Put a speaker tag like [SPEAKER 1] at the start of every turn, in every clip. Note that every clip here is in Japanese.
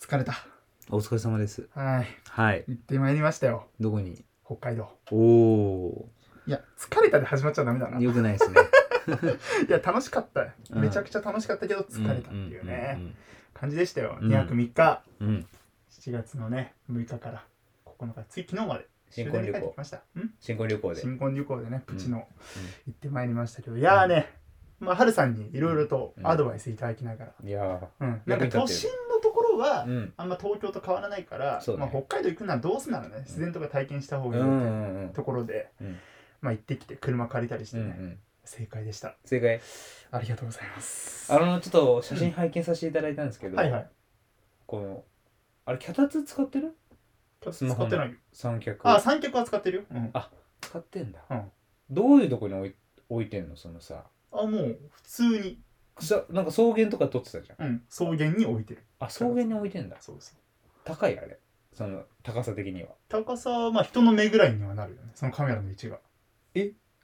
[SPEAKER 1] 疲れた。
[SPEAKER 2] お疲れ様です。
[SPEAKER 1] はい。
[SPEAKER 2] はい。
[SPEAKER 1] 行ってまいりましたよ。
[SPEAKER 2] どこに
[SPEAKER 1] 北海道。
[SPEAKER 2] おお
[SPEAKER 1] いや、疲れたで始まっちゃダメだな。
[SPEAKER 2] ー。
[SPEAKER 1] い
[SPEAKER 2] よくないですね。
[SPEAKER 1] や、楽しかった。
[SPEAKER 2] うん
[SPEAKER 1] めちゃくちゃ楽しかったけど、 疲れたっていうね。感じでしたよ。
[SPEAKER 2] うん
[SPEAKER 1] 2泊3日、
[SPEAKER 2] うん。うんうんうん。
[SPEAKER 1] 7月のね、6日から9日、つい昨日まで。
[SPEAKER 2] 新
[SPEAKER 1] 終
[SPEAKER 2] 婚
[SPEAKER 1] 電で帰っ
[SPEAKER 2] 旅
[SPEAKER 1] て
[SPEAKER 2] 行
[SPEAKER 1] き。ました。ん
[SPEAKER 2] 新婚旅行で。
[SPEAKER 1] 新婚旅行でね、プチの行ってまいりましたけど、いやーね、まあ、はるさんにいろいろとアドバイスいただきながら、
[SPEAKER 2] いや
[SPEAKER 1] うん、
[SPEAKER 2] 役
[SPEAKER 1] なんか
[SPEAKER 2] に立ってる
[SPEAKER 1] 都心のところは
[SPEAKER 2] ー。、うん。
[SPEAKER 1] あんま東京と変わらないから、
[SPEAKER 2] そうね
[SPEAKER 1] まあ、北海道行くならどうすならね自然とか体験した方
[SPEAKER 2] うん
[SPEAKER 1] が
[SPEAKER 2] う
[SPEAKER 1] いいよって
[SPEAKER 2] んうん。
[SPEAKER 1] ところで、
[SPEAKER 2] うん
[SPEAKER 1] まあ行ってきて車借りたりして
[SPEAKER 2] うんう
[SPEAKER 1] ね、
[SPEAKER 2] ん。
[SPEAKER 1] 正解でした
[SPEAKER 2] 正解。
[SPEAKER 1] ありがとうございます
[SPEAKER 2] あの、ちょっと写真拝見させていただいたんですけど、
[SPEAKER 1] はいはい
[SPEAKER 2] この、あれ、脚立使ってるス
[SPEAKER 1] 使
[SPEAKER 2] マホの
[SPEAKER 1] ってないよ
[SPEAKER 2] 三脚。
[SPEAKER 1] あ三脚は使ってるよ、うん、
[SPEAKER 2] あ使ってんだ
[SPEAKER 1] うん。
[SPEAKER 2] どういうとこに置い置いてんのそのさ。
[SPEAKER 1] あもう普通に、
[SPEAKER 2] 草、なんか草原とか撮ってたじゃん。
[SPEAKER 1] うん、草原に置いてる
[SPEAKER 2] あ、草原に置いてんだ。
[SPEAKER 1] そうそう
[SPEAKER 2] 高いあれ。その、高さ的には。
[SPEAKER 1] 高さはまあ人の目ぐらいにはなるよねそのカメラの位置が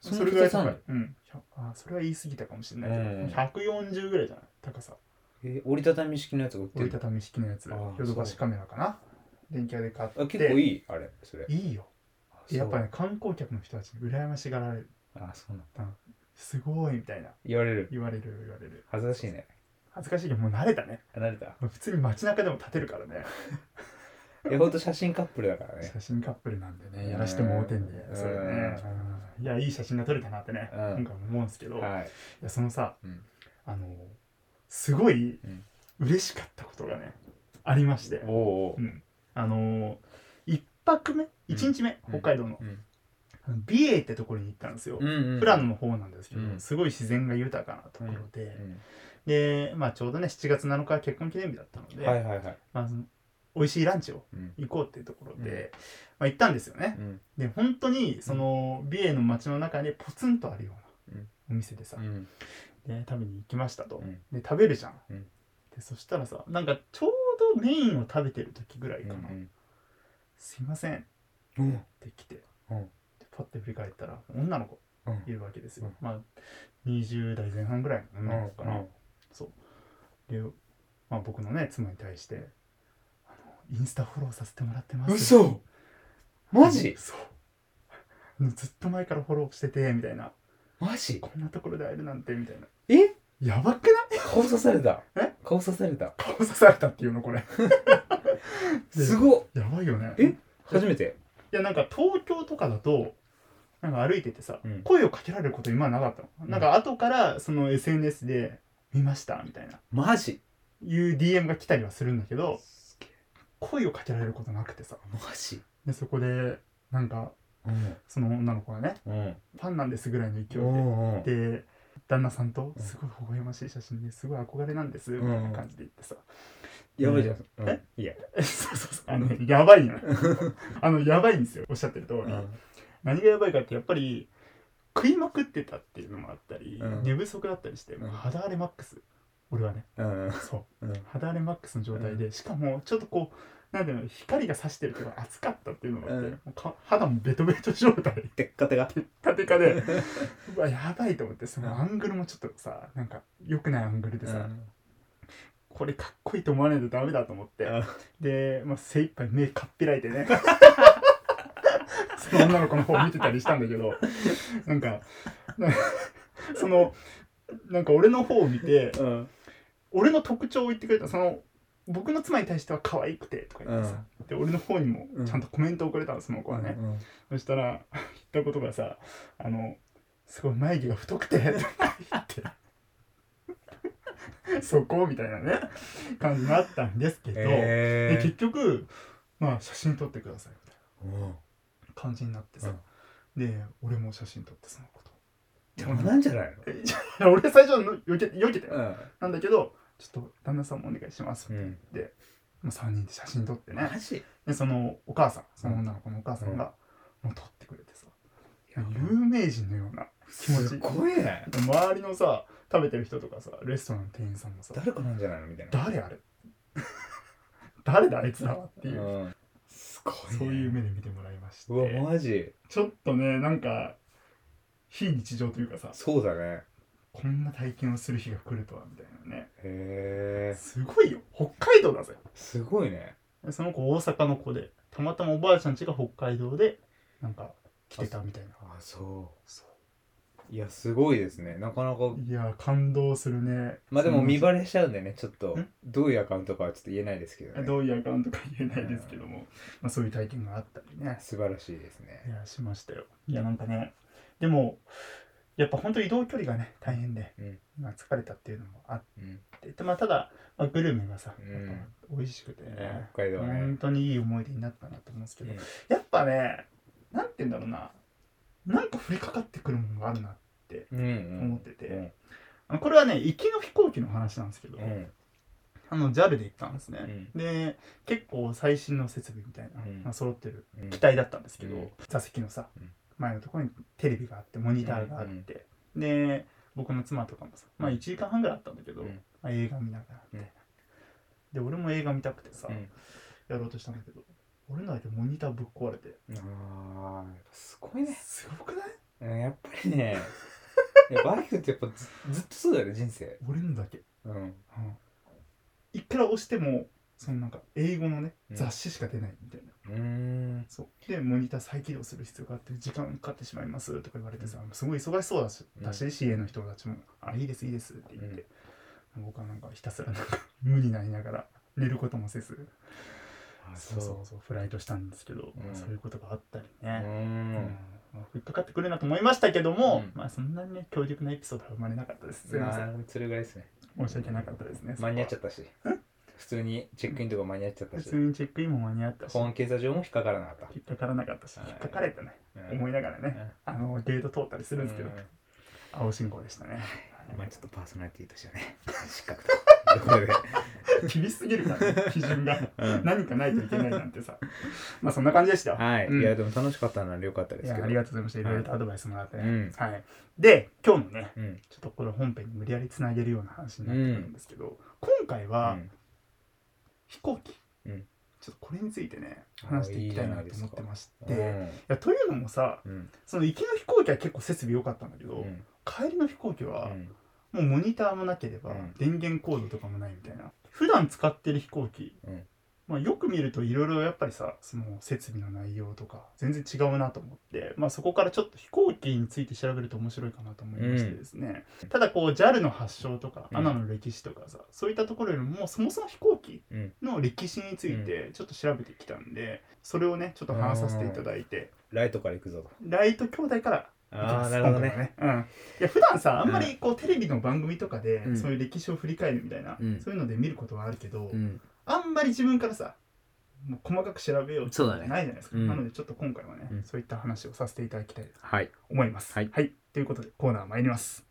[SPEAKER 2] その
[SPEAKER 1] れぐらい
[SPEAKER 2] さ
[SPEAKER 1] 高い、うん、ひゃあそれは言い過ぎたかもしれない
[SPEAKER 2] うん
[SPEAKER 1] けど、140ぐらいじゃない高さ
[SPEAKER 2] えー折りたたみ式のやつが売って
[SPEAKER 1] 折り
[SPEAKER 2] る
[SPEAKER 1] たたみ式のやつ
[SPEAKER 2] あー
[SPEAKER 1] ヨドバシ
[SPEAKER 2] そう
[SPEAKER 1] カメラかな電気屋で買って
[SPEAKER 2] あ結構いいあれそれ
[SPEAKER 1] いいよでやっぱ
[SPEAKER 2] り
[SPEAKER 1] ね観光客の人たちに羨ましがられる
[SPEAKER 2] あそうなん
[SPEAKER 1] すごいみたいな
[SPEAKER 2] 言われる
[SPEAKER 1] 言われる言われる
[SPEAKER 2] 恥ずかしいね
[SPEAKER 1] 恥ずかしいけどもう慣れたね
[SPEAKER 2] 離れた
[SPEAKER 1] 普通に街中でも立てるからね
[SPEAKER 2] えほんと写真カップルだからね
[SPEAKER 1] 写真カップルなんで
[SPEAKER 2] うん
[SPEAKER 1] ねやらしてもうてんで
[SPEAKER 2] うん
[SPEAKER 1] それねうんいやいい写真が撮れたなってね
[SPEAKER 2] うん
[SPEAKER 1] 今回も思うんですけどい
[SPEAKER 2] はい
[SPEAKER 1] やそのさ
[SPEAKER 2] うん
[SPEAKER 1] あのすごい
[SPEAKER 2] うん
[SPEAKER 1] 嬉しかったことがねありまして
[SPEAKER 2] おお
[SPEAKER 1] う、んあの1泊目1日目
[SPEAKER 2] うん
[SPEAKER 1] 北海道の
[SPEAKER 2] うん
[SPEAKER 1] あの美瑛ってところに行ったんですよ
[SPEAKER 2] うんうん、
[SPEAKER 1] 富良野の方なんですけど
[SPEAKER 2] うん
[SPEAKER 1] すごい自然が豊かなところで、
[SPEAKER 2] うん
[SPEAKER 1] で、まあ、ちょうどね7月7日は結婚記念日だったので、
[SPEAKER 2] はいはいはい
[SPEAKER 1] まあ、その美味しいランチを
[SPEAKER 2] うん
[SPEAKER 1] 行こうっていうところで、
[SPEAKER 2] うん
[SPEAKER 1] まあ、行ったんですよね
[SPEAKER 2] う、ん
[SPEAKER 1] で本当にその美瑛の街の中にポツンとあるよう
[SPEAKER 2] う
[SPEAKER 1] なんお店でさ、
[SPEAKER 2] うん
[SPEAKER 1] で食べに行きましたと、
[SPEAKER 2] うん
[SPEAKER 1] で食べるじゃん、
[SPEAKER 2] うん
[SPEAKER 1] でそしたらさなんかちょうどメインを食べてる時ぐらいかな「
[SPEAKER 2] うん
[SPEAKER 1] すいません」っ
[SPEAKER 2] うん
[SPEAKER 1] て来て、
[SPEAKER 2] うん
[SPEAKER 1] でパッて振り返ったら女の子
[SPEAKER 2] うん
[SPEAKER 1] いるわけです
[SPEAKER 2] う
[SPEAKER 1] よ
[SPEAKER 2] ん、
[SPEAKER 1] まあ20代前半ぐらいの女の子かな、そうで、まあ、僕のね妻に対してあの「インスタフォローさせてもらってます」
[SPEAKER 2] 嘘マジ
[SPEAKER 1] そうずっと前からフォローしててみたいな
[SPEAKER 2] マジ
[SPEAKER 1] こんなところで会えるなんてみたいな
[SPEAKER 2] え
[SPEAKER 1] やばくない
[SPEAKER 2] 顔刺された
[SPEAKER 1] え
[SPEAKER 2] 顔刺された
[SPEAKER 1] 顔刺されたっていうのこ れ
[SPEAKER 2] す
[SPEAKER 1] い
[SPEAKER 2] ごっ
[SPEAKER 1] やばいよね
[SPEAKER 2] え初めて
[SPEAKER 1] いやなんか東京とかだとなんか歩いててさ、
[SPEAKER 2] うん
[SPEAKER 1] 声をかけられること今はなかったの、
[SPEAKER 2] ん
[SPEAKER 1] なんか後からその SNS で「見ました」みたいな
[SPEAKER 2] マジ
[SPEAKER 1] いう DM が来たりはするんだけど声をかけられることなくてさ
[SPEAKER 2] マジ
[SPEAKER 1] でそこでなんか
[SPEAKER 2] うん
[SPEAKER 1] その女の子がね
[SPEAKER 2] うん
[SPEAKER 1] ファンなんですぐらいの勢
[SPEAKER 2] う
[SPEAKER 1] い
[SPEAKER 2] んうん
[SPEAKER 1] で、で旦那さんと
[SPEAKER 2] うん
[SPEAKER 1] すごい微笑ましい写真ですごい憧れなんですみ
[SPEAKER 2] ん
[SPEAKER 1] たいな感じで言って さ、
[SPEAKER 2] やばいじゃん。うん
[SPEAKER 1] え
[SPEAKER 2] いいや。
[SPEAKER 1] そうそうそうあのねやばいよねあのやばいんですよおっしゃってる通り、何がやばいかってやっぱり食いまくってたっていうのもあったり、
[SPEAKER 2] うん
[SPEAKER 1] 寝不足だったりして、もう肌荒れマックス俺はね
[SPEAKER 2] うん。
[SPEAKER 1] そう
[SPEAKER 2] うん。
[SPEAKER 1] 肌荒れマックスの状態で、しかもちょっとこうなんていうの光が差してるとか暑かったっていうのがあって、
[SPEAKER 2] うん
[SPEAKER 1] もうか肌もベトベト状態
[SPEAKER 2] テッカテカ。
[SPEAKER 1] カテカでうわやばいと思ってそのアングルもちょっとさなんか良くないアングルでさ、これかっこいいと思わないとダメだと思って、
[SPEAKER 2] うん
[SPEAKER 1] で、まあ、精一杯目かっぴらいてね その女の子の方を見てたりしたんだけどなんか なんかそのなんか俺の方を見て
[SPEAKER 2] うん。
[SPEAKER 1] 俺の特徴を言ってくれたその僕の妻に対しては可愛くてとか言ってさ、で俺の方にもちゃんとコメントをくれたのその子はね、
[SPEAKER 2] うん
[SPEAKER 1] そしたら言ったことがさあのすごい眉毛が太くて とか言ってそこみたいなね感じになったんですけど、で
[SPEAKER 2] え
[SPEAKER 1] 結局まあ写真撮ってくださいみたい
[SPEAKER 2] ー。
[SPEAKER 1] な感じになってさ、で俺も写真撮ってそのこと
[SPEAKER 2] でもなんじゃない
[SPEAKER 1] えじゃあ 俺最初のよけよけて、
[SPEAKER 2] の
[SPEAKER 1] なんだけどちょっと旦那さんもお願いします、
[SPEAKER 2] うん。
[SPEAKER 1] もう3人で写真撮ってね
[SPEAKER 2] ジ
[SPEAKER 1] でそのお母さんその女の子のお母さんが、もう撮ってくれてさ有名人のような気持ちい
[SPEAKER 2] す
[SPEAKER 1] い
[SPEAKER 2] ごいね。
[SPEAKER 1] 周りのさ食べてる人とかさレストランの店員さんもさ
[SPEAKER 2] 誰かなんじゃないのみたいな。
[SPEAKER 1] 誰あれ 誰だあいつらはっていう、
[SPEAKER 2] うんすごいね。
[SPEAKER 1] そういう目で見てもらいまして
[SPEAKER 2] うわ、マジ。
[SPEAKER 1] ちょっとねなんか非日常というかさ
[SPEAKER 2] そうだね。
[SPEAKER 1] こんな体験をする日が来るとはみたいなね
[SPEAKER 2] へえ
[SPEAKER 1] すごいよ北海道だぜ
[SPEAKER 2] すごいね
[SPEAKER 1] でその子大阪の子でたまたまおばあちゃん家が北海道でなんか来てたみたいな
[SPEAKER 2] あそ
[SPEAKER 1] そう
[SPEAKER 2] いやすごいですねなかなか
[SPEAKER 1] ういやー感動するね
[SPEAKER 2] まあでも見
[SPEAKER 1] 栄
[SPEAKER 2] バレしちゃうんでねちょっと
[SPEAKER 1] ん
[SPEAKER 2] どういうアカウントかはちょっと言えないですけどね
[SPEAKER 1] どういうアカウントか言えないですけども、まあ、そういう体験があったりね
[SPEAKER 2] 素晴らしいです
[SPEAKER 1] い
[SPEAKER 2] ね
[SPEAKER 1] やしましたよいやなんかねでもやっぱ本当移動距離がね大変で、
[SPEAKER 2] うん
[SPEAKER 1] まあ、疲れたっていうのもあっ
[SPEAKER 2] うん
[SPEAKER 1] てでまあ、ただ、まあ、グルメがさ、
[SPEAKER 2] うん
[SPEAKER 1] やっぱ美味しくてね
[SPEAKER 2] ね北海道はね
[SPEAKER 1] 本当にいい思い出になったなと思うんですけ
[SPEAKER 2] う
[SPEAKER 1] ど、
[SPEAKER 2] ん
[SPEAKER 1] やっぱねなんて言うんだろうななんか降りかかってくるものがあるな
[SPEAKER 2] うんうん
[SPEAKER 1] 思っててあのこれはね行きの飛行機の話なんですけど、
[SPEAKER 2] うんうん
[SPEAKER 1] あの JAL で行ったんですね、
[SPEAKER 2] うん
[SPEAKER 1] で結構最新の設備みたいな、
[SPEAKER 2] うん
[SPEAKER 1] まあ、揃ってる
[SPEAKER 2] うん
[SPEAKER 1] 機体だったんですけど、
[SPEAKER 2] うん
[SPEAKER 1] 座席のさ、
[SPEAKER 2] うん
[SPEAKER 1] 前のところにテレビがあってモニターがあって、で僕の妻とかもさ、まあ、1時間半ぐらいあったんだけど、
[SPEAKER 2] うん
[SPEAKER 1] まあ、映画見ながらみたいな、で俺も映画見たくてさ、
[SPEAKER 2] うん
[SPEAKER 1] やろうとしたんだけど俺のだけモニターぶっ壊れて
[SPEAKER 2] あーやっぱすごいね
[SPEAKER 1] すごくない
[SPEAKER 2] うんやっぱり ねいやバイクってやっぱずずっとそうだよね人生
[SPEAKER 1] 俺のだけ
[SPEAKER 2] うん
[SPEAKER 1] うんいくら押してもそのなんか英語のね
[SPEAKER 2] うん
[SPEAKER 1] 雑誌しか出ないみたいな、
[SPEAKER 2] うーん
[SPEAKER 1] そうでモニター再起動する必要があって時間かかってしまいますとか言われてさ、すごい忙しそうだし,、
[SPEAKER 2] うん
[SPEAKER 1] だし CA の人たちも「あいいですいいです」って言って、僕はなんかひたすらなんか無になりながら寝ることもせず
[SPEAKER 2] あ
[SPEAKER 1] そうそうそうフライトしたんですけど、
[SPEAKER 2] うん
[SPEAKER 1] そういうことがあったり
[SPEAKER 2] う
[SPEAKER 1] ね、う
[SPEAKER 2] ー
[SPEAKER 1] ん
[SPEAKER 2] ん
[SPEAKER 1] まあ引っかかってくるなと思いましたけども、
[SPEAKER 2] うん
[SPEAKER 1] まあそんなにね強力なエピソードは生まれなかったですすいませ
[SPEAKER 2] なんあそれぐらいですね
[SPEAKER 1] 申し訳なかったですね
[SPEAKER 2] 間に合っちゃ
[SPEAKER 1] っ
[SPEAKER 2] ったし普通にチェックインとか間に合っちゃった
[SPEAKER 1] 普
[SPEAKER 2] し
[SPEAKER 1] 通にチェックインも間に合ったし
[SPEAKER 2] 保安検査場も引っかからなかっ
[SPEAKER 1] 引っかからなかったし、
[SPEAKER 2] はい
[SPEAKER 1] 引っかかれてね、
[SPEAKER 2] た、
[SPEAKER 1] 思い
[SPEAKER 2] い
[SPEAKER 1] ながらね、あのゲート通ったりするんですけど、青信号でしたね。
[SPEAKER 2] まあちょっとパーソナリティとしてはね 失格ということで、
[SPEAKER 1] 厳しすぎるから ね、基準が。
[SPEAKER 2] うん
[SPEAKER 1] 何かないといけないなんてさ。まあそんな感じでしたよ。
[SPEAKER 2] はい、
[SPEAKER 1] うん
[SPEAKER 2] いやでも楽しかったなら良かったで
[SPEAKER 1] い
[SPEAKER 2] す
[SPEAKER 1] や
[SPEAKER 2] けど
[SPEAKER 1] ありがとうございました。いろいろとアドバイスもらってね。
[SPEAKER 2] うん
[SPEAKER 1] はい。で、今日のね、
[SPEAKER 2] うん
[SPEAKER 1] ちょっとこれ本編に無理やりつなげるような話になってくるんですけど、今回は
[SPEAKER 2] うん
[SPEAKER 1] 飛行機、
[SPEAKER 2] うん
[SPEAKER 1] ちょっとこれについてね、
[SPEAKER 2] あー
[SPEAKER 1] 話していきたいない
[SPEAKER 2] い
[SPEAKER 1] と
[SPEAKER 2] じ
[SPEAKER 1] 思
[SPEAKER 2] ゃないです
[SPEAKER 1] っ
[SPEAKER 2] か
[SPEAKER 1] てまして。いやというのもさ、
[SPEAKER 2] うん
[SPEAKER 1] その行きの飛行機は結構設備良かったんだけど、
[SPEAKER 2] うんうん
[SPEAKER 1] 帰りの飛行機は、
[SPEAKER 2] うん
[SPEAKER 1] もうモニターもなければ
[SPEAKER 2] うん
[SPEAKER 1] 電源コードとかもないみたいな普段使ってる飛行機、
[SPEAKER 2] うん
[SPEAKER 1] まあ、よく見るといろいろやっぱりさその設備の内容とか全然違うなと思って、まあ、そこからちょっと飛行機について調べると面白いかなと思いましてですね、ただこう JAL の発祥とか
[SPEAKER 2] うん
[SPEAKER 1] ANA の歴史とかさ、そういったところよりもそもそも飛行機
[SPEAKER 2] うん
[SPEAKER 1] の歴史についてちょっと調べてきたんでそれをねちょっと話させていただいて
[SPEAKER 2] ライトから行くぞと
[SPEAKER 1] ライト兄弟から
[SPEAKER 2] ああなるほどね
[SPEAKER 1] 今回はねうん、いや普段さあんま
[SPEAKER 2] う
[SPEAKER 1] りこうテレビの番組とかで、
[SPEAKER 2] うん
[SPEAKER 1] そういう歴史を振り返るみたいな、
[SPEAKER 2] うん
[SPEAKER 1] そういうので見ることはあるけど、
[SPEAKER 2] うん
[SPEAKER 1] あんまり自分からさもう細かく調べようって
[SPEAKER 2] そうだ
[SPEAKER 1] な
[SPEAKER 2] ね
[SPEAKER 1] いじゃないですか、
[SPEAKER 2] うん
[SPEAKER 1] なのでちょっと今回はね、
[SPEAKER 2] うん
[SPEAKER 1] そういった話をさせていただきたいと
[SPEAKER 2] はい
[SPEAKER 1] 思います。
[SPEAKER 2] はい
[SPEAKER 1] ということでコーナー参ります。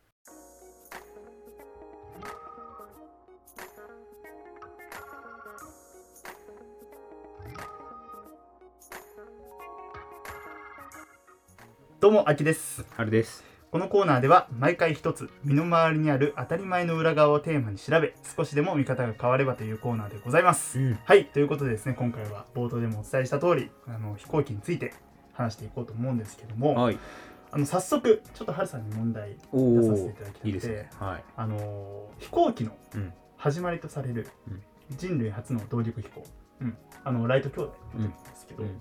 [SPEAKER 1] どうも、あきです。
[SPEAKER 2] あれです
[SPEAKER 1] このコーナーでは毎回一つ身の回りにある当たり前の裏側をテーマに調べ少しでも見方が変わればというコーナーでございます。
[SPEAKER 2] ん
[SPEAKER 1] はいということでですね今回は冒頭でもお伝えした通りあの飛行機について話していこうと思うんですけども
[SPEAKER 2] はい
[SPEAKER 1] あの早速ちょっとハルさんに問題
[SPEAKER 2] お
[SPEAKER 1] 出させてい
[SPEAKER 2] お
[SPEAKER 1] ただきたくて
[SPEAKER 2] いいですねはい
[SPEAKER 1] あの飛行機の
[SPEAKER 2] うん
[SPEAKER 1] 始まりとされる
[SPEAKER 2] うん
[SPEAKER 1] 人類初の動力飛行、うんあのライト兄弟の時なんですけど、
[SPEAKER 2] うん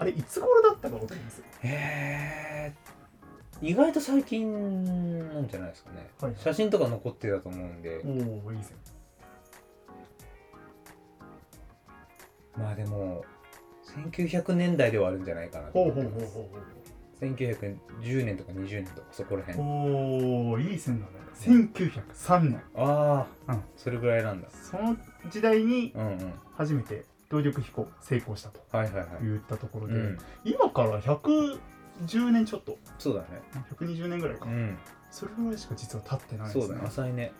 [SPEAKER 1] あれいつ頃だったか分かります
[SPEAKER 2] へえ意外と最近なんじゃないですかね、
[SPEAKER 1] はい
[SPEAKER 2] 写真とか残ってたと思うんで、
[SPEAKER 1] おおいいですね
[SPEAKER 2] まあでも1900年代ではあるんじゃないかなと
[SPEAKER 1] ほう
[SPEAKER 2] 思っ
[SPEAKER 1] ほ
[SPEAKER 2] て
[SPEAKER 1] う
[SPEAKER 2] ます
[SPEAKER 1] ほうほうほう
[SPEAKER 2] 1910年とか20年とかそこら辺
[SPEAKER 1] おおいい線だね1903年
[SPEAKER 2] ああ、
[SPEAKER 1] うん
[SPEAKER 2] それぐらいなんだ
[SPEAKER 1] その時代に
[SPEAKER 2] うんうん
[SPEAKER 1] 初めて動力飛行成功したと
[SPEAKER 2] はいはいはい、
[SPEAKER 1] 言ったところ
[SPEAKER 2] う
[SPEAKER 1] で、
[SPEAKER 2] ん、
[SPEAKER 1] 今から110年ちょっと
[SPEAKER 2] そうだね
[SPEAKER 1] 120年ぐらいか、
[SPEAKER 2] うん
[SPEAKER 1] それぐらいしか実は経ってないで
[SPEAKER 2] そう
[SPEAKER 1] す
[SPEAKER 2] だ
[SPEAKER 1] ね
[SPEAKER 2] ね浅いね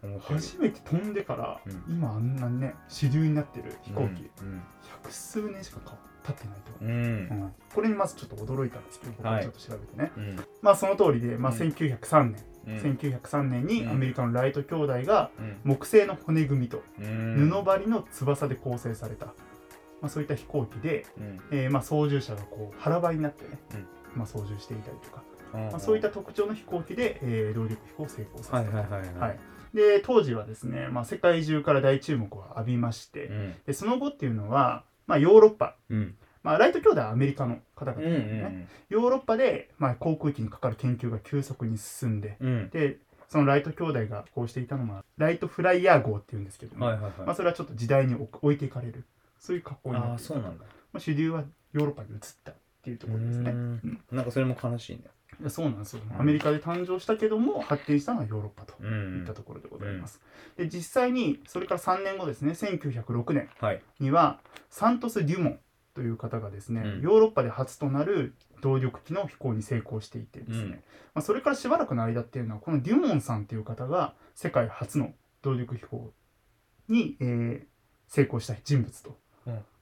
[SPEAKER 2] 思ったより
[SPEAKER 1] 初めて飛んでから、
[SPEAKER 2] うん
[SPEAKER 1] 今あんなにね主流になってる飛行機、
[SPEAKER 2] うん
[SPEAKER 1] 百数年しかか経ってないと、
[SPEAKER 2] うん、うん
[SPEAKER 1] うんこれにまずちょっと驚いたんですけど僕は
[SPEAKER 2] はい
[SPEAKER 1] ちょっと調べてね、
[SPEAKER 2] うん
[SPEAKER 1] まあその通りで、まあ、
[SPEAKER 2] うん
[SPEAKER 1] 1903年、
[SPEAKER 2] うん
[SPEAKER 1] 1903年に
[SPEAKER 2] うん
[SPEAKER 1] アメリカのライト兄弟が
[SPEAKER 2] うん
[SPEAKER 1] 木製の骨組みと
[SPEAKER 2] うん
[SPEAKER 1] 布張りの翼で構成された、まあ、そういった飛行機で、
[SPEAKER 2] うん
[SPEAKER 1] えーまあ、操縦者がこう腹ばいになってね、
[SPEAKER 2] うん
[SPEAKER 1] まあ、操縦していたりとか、
[SPEAKER 2] うん
[SPEAKER 1] まあ、そういった特徴の飛行機で、えー動力飛行を成功さ
[SPEAKER 2] はい
[SPEAKER 1] せた
[SPEAKER 2] はい
[SPEAKER 1] と、
[SPEAKER 2] はいは
[SPEAKER 1] はいい。で当時はですね、まあ、世界中から大注目を浴びまして、
[SPEAKER 2] うん
[SPEAKER 1] でその後っていうのは、まあ、ヨーロッパ、
[SPEAKER 2] うん
[SPEAKER 1] まあ、ライト兄弟はアメリカの方々
[SPEAKER 2] う
[SPEAKER 1] なんんですね、ヨーロッパで、まあ、航空機にかかる研究が急速に進んで
[SPEAKER 2] うんうん
[SPEAKER 1] でそのライト兄弟がこうしていたのがライトフライヤー号っていうんですけども、
[SPEAKER 2] はいはいはい
[SPEAKER 1] まあ、それはちょっと時代に置く置いていかれるそういう格好に
[SPEAKER 2] あ
[SPEAKER 1] な
[SPEAKER 2] あ
[SPEAKER 1] ってい
[SPEAKER 2] そ
[SPEAKER 1] た
[SPEAKER 2] うなんだ
[SPEAKER 1] まあ、主流はヨーロッパに移ったっていうところですね
[SPEAKER 2] うーんなんかそれも悲しいね
[SPEAKER 1] いやそうなんですよ
[SPEAKER 2] うん
[SPEAKER 1] アメリカで誕生したけども発展したのはヨーロッパと
[SPEAKER 2] う
[SPEAKER 1] いっ
[SPEAKER 2] ん
[SPEAKER 1] たところでございます、で実際にそれから3年後ですね1906年
[SPEAKER 2] はい
[SPEAKER 1] にはサントス・デュモンという方がですね、
[SPEAKER 2] うん
[SPEAKER 1] ヨーロッパで初となる動力機の飛行に成功していてですね、
[SPEAKER 2] うん
[SPEAKER 1] まあ、それからしばらくの間っていうのはこのデュモンさんという方が世界初の動力飛行に、えー成功した人物と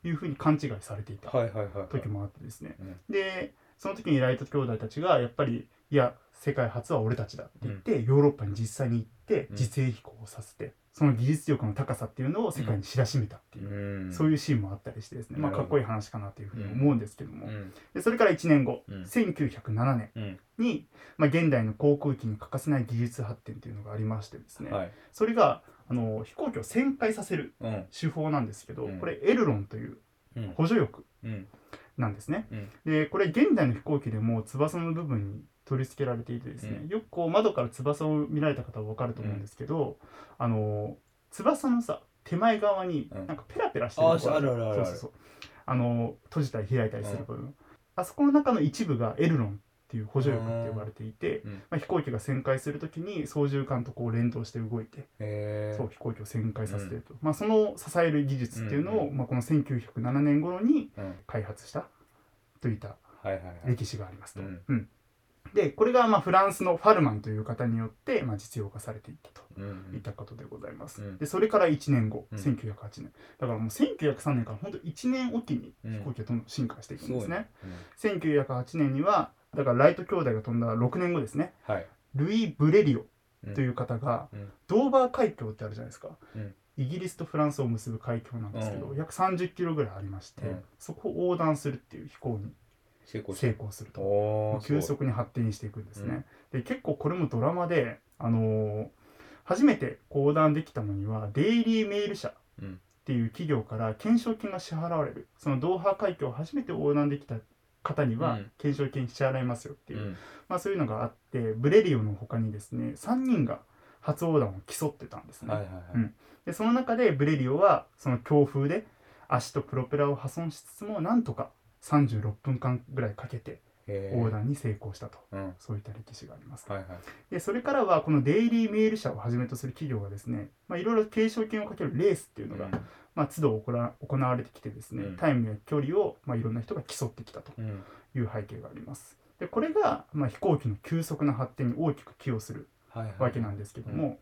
[SPEAKER 1] いうふうに勘違いされていた
[SPEAKER 2] はいはいはいはい
[SPEAKER 1] 時もあってですね、
[SPEAKER 2] うん
[SPEAKER 1] でその時にライト兄弟たちがやっぱりいや世界初は俺たちだって言って、ヨーロッパに実際に行って
[SPEAKER 2] うん
[SPEAKER 1] 実演飛行をさせて、その技術力の高さっていうのを世界に知らしめたっていう、
[SPEAKER 2] うん
[SPEAKER 1] そういうシーンもあったりしてですね、まあ、
[SPEAKER 2] な
[SPEAKER 1] か
[SPEAKER 2] るほ
[SPEAKER 1] っ
[SPEAKER 2] ど
[SPEAKER 1] こいい話かなというふうに思うんですけども、
[SPEAKER 2] うん
[SPEAKER 1] でそれから1年後、
[SPEAKER 2] うん
[SPEAKER 1] 1907年
[SPEAKER 2] うん
[SPEAKER 1] に、まあ、現代の航空機に欠かせない技術発展というのがありましてですね、
[SPEAKER 2] はい
[SPEAKER 1] それがあの飛行機を旋回させる
[SPEAKER 2] うん
[SPEAKER 1] 手法なんですけど、
[SPEAKER 2] うん
[SPEAKER 1] これエルロンという
[SPEAKER 2] うん
[SPEAKER 1] 補助翼
[SPEAKER 2] うん
[SPEAKER 1] なんですね。
[SPEAKER 2] うん
[SPEAKER 1] でこれ現代の飛行機でも翼の部分に取り付けられていてですね、よくこう窓から翼を見られた方は分かると思うんですけど、あの翼のさ手前側に
[SPEAKER 2] うん
[SPEAKER 1] なんかペラペラして
[SPEAKER 2] あ
[SPEAKER 1] るとこ
[SPEAKER 2] ああるあるあ
[SPEAKER 1] あ
[SPEAKER 2] る
[SPEAKER 1] る
[SPEAKER 2] あ
[SPEAKER 1] そうそう
[SPEAKER 2] る
[SPEAKER 1] そうあの閉じたり開いたりする部分、あそこの中の一部がエルロンっていう補助翼って呼ばれていて、
[SPEAKER 2] うん
[SPEAKER 1] まあ、飛行機が旋回するときに操縦桿とこう連動して動いて、
[SPEAKER 2] へえ
[SPEAKER 1] そう飛行機を旋回させてると、まあ、その支える技術っていうのを、
[SPEAKER 2] うんう
[SPEAKER 1] まあ、この1907年頃に
[SPEAKER 2] うん
[SPEAKER 1] 開発したといった
[SPEAKER 2] はいはいはい
[SPEAKER 1] 歴史がありますと。
[SPEAKER 2] うん
[SPEAKER 1] うんでこれがまあフランスのファルマンという方によってまあ実用化されていったと
[SPEAKER 2] うんう
[SPEAKER 1] いっ
[SPEAKER 2] ん
[SPEAKER 1] たことでございます。
[SPEAKER 2] うん
[SPEAKER 1] でそれから1年後、
[SPEAKER 2] うん
[SPEAKER 1] 1908年だからもう1903年から本当1年おきに飛行機がどんどん進化していくんですね。
[SPEAKER 2] うん
[SPEAKER 1] 1908年にはだからライト兄弟が飛んだ6年後ですね
[SPEAKER 2] はい
[SPEAKER 1] ルイ・ブレリオ
[SPEAKER 2] うん
[SPEAKER 1] という方が、
[SPEAKER 2] うん
[SPEAKER 1] ドーバー海峡ってあるじゃないですか、
[SPEAKER 2] うん
[SPEAKER 1] イギリスとフランスを結ぶ海峡なんですけど、
[SPEAKER 2] うん
[SPEAKER 1] 約30キロぐらいありまして、
[SPEAKER 2] うん
[SPEAKER 1] そこを横断するっていう飛行に
[SPEAKER 2] 成功し
[SPEAKER 1] 成功する
[SPEAKER 2] た
[SPEAKER 1] と。
[SPEAKER 2] おーすご
[SPEAKER 1] 急
[SPEAKER 2] い
[SPEAKER 1] 速に発展していくんですね。で結構これもドラマで、あのー初めて横断できたのにはデイリー・メール社
[SPEAKER 2] うん
[SPEAKER 1] っていう企業から懸賞金が支払われるそのドーハ海峡を初めて横断できた方に
[SPEAKER 2] う
[SPEAKER 1] は
[SPEAKER 2] ん
[SPEAKER 1] 懸賞金支払いますよって
[SPEAKER 2] う
[SPEAKER 1] いう、
[SPEAKER 2] ん
[SPEAKER 1] まあ、そういうのがあってブレリオの他にですね3人が初横断を競ってたんですね。
[SPEAKER 2] はいはいはい
[SPEAKER 1] うんでその中でブレリオはその強風で足とプロペラを破損しつつもなんとか36分間ぐらいかけて
[SPEAKER 2] へー
[SPEAKER 1] 横断に成功したと。
[SPEAKER 2] うん
[SPEAKER 1] そういった歴史があります。
[SPEAKER 2] はいはい
[SPEAKER 1] で、それからはこのデイリーメール社をはじめとする企業がですね、まあ、いろいろ継承権をかけるレースっていうのが、まあ、都度行わ行われてきてですね、
[SPEAKER 2] うん
[SPEAKER 1] タイムや距離を、まあ、いろんな人が競ってきたと
[SPEAKER 2] うん
[SPEAKER 1] いう背景があります。で、これが、まあ、飛行機の急速な発展に大きく寄与する
[SPEAKER 2] はいはい
[SPEAKER 1] わけなんですけども、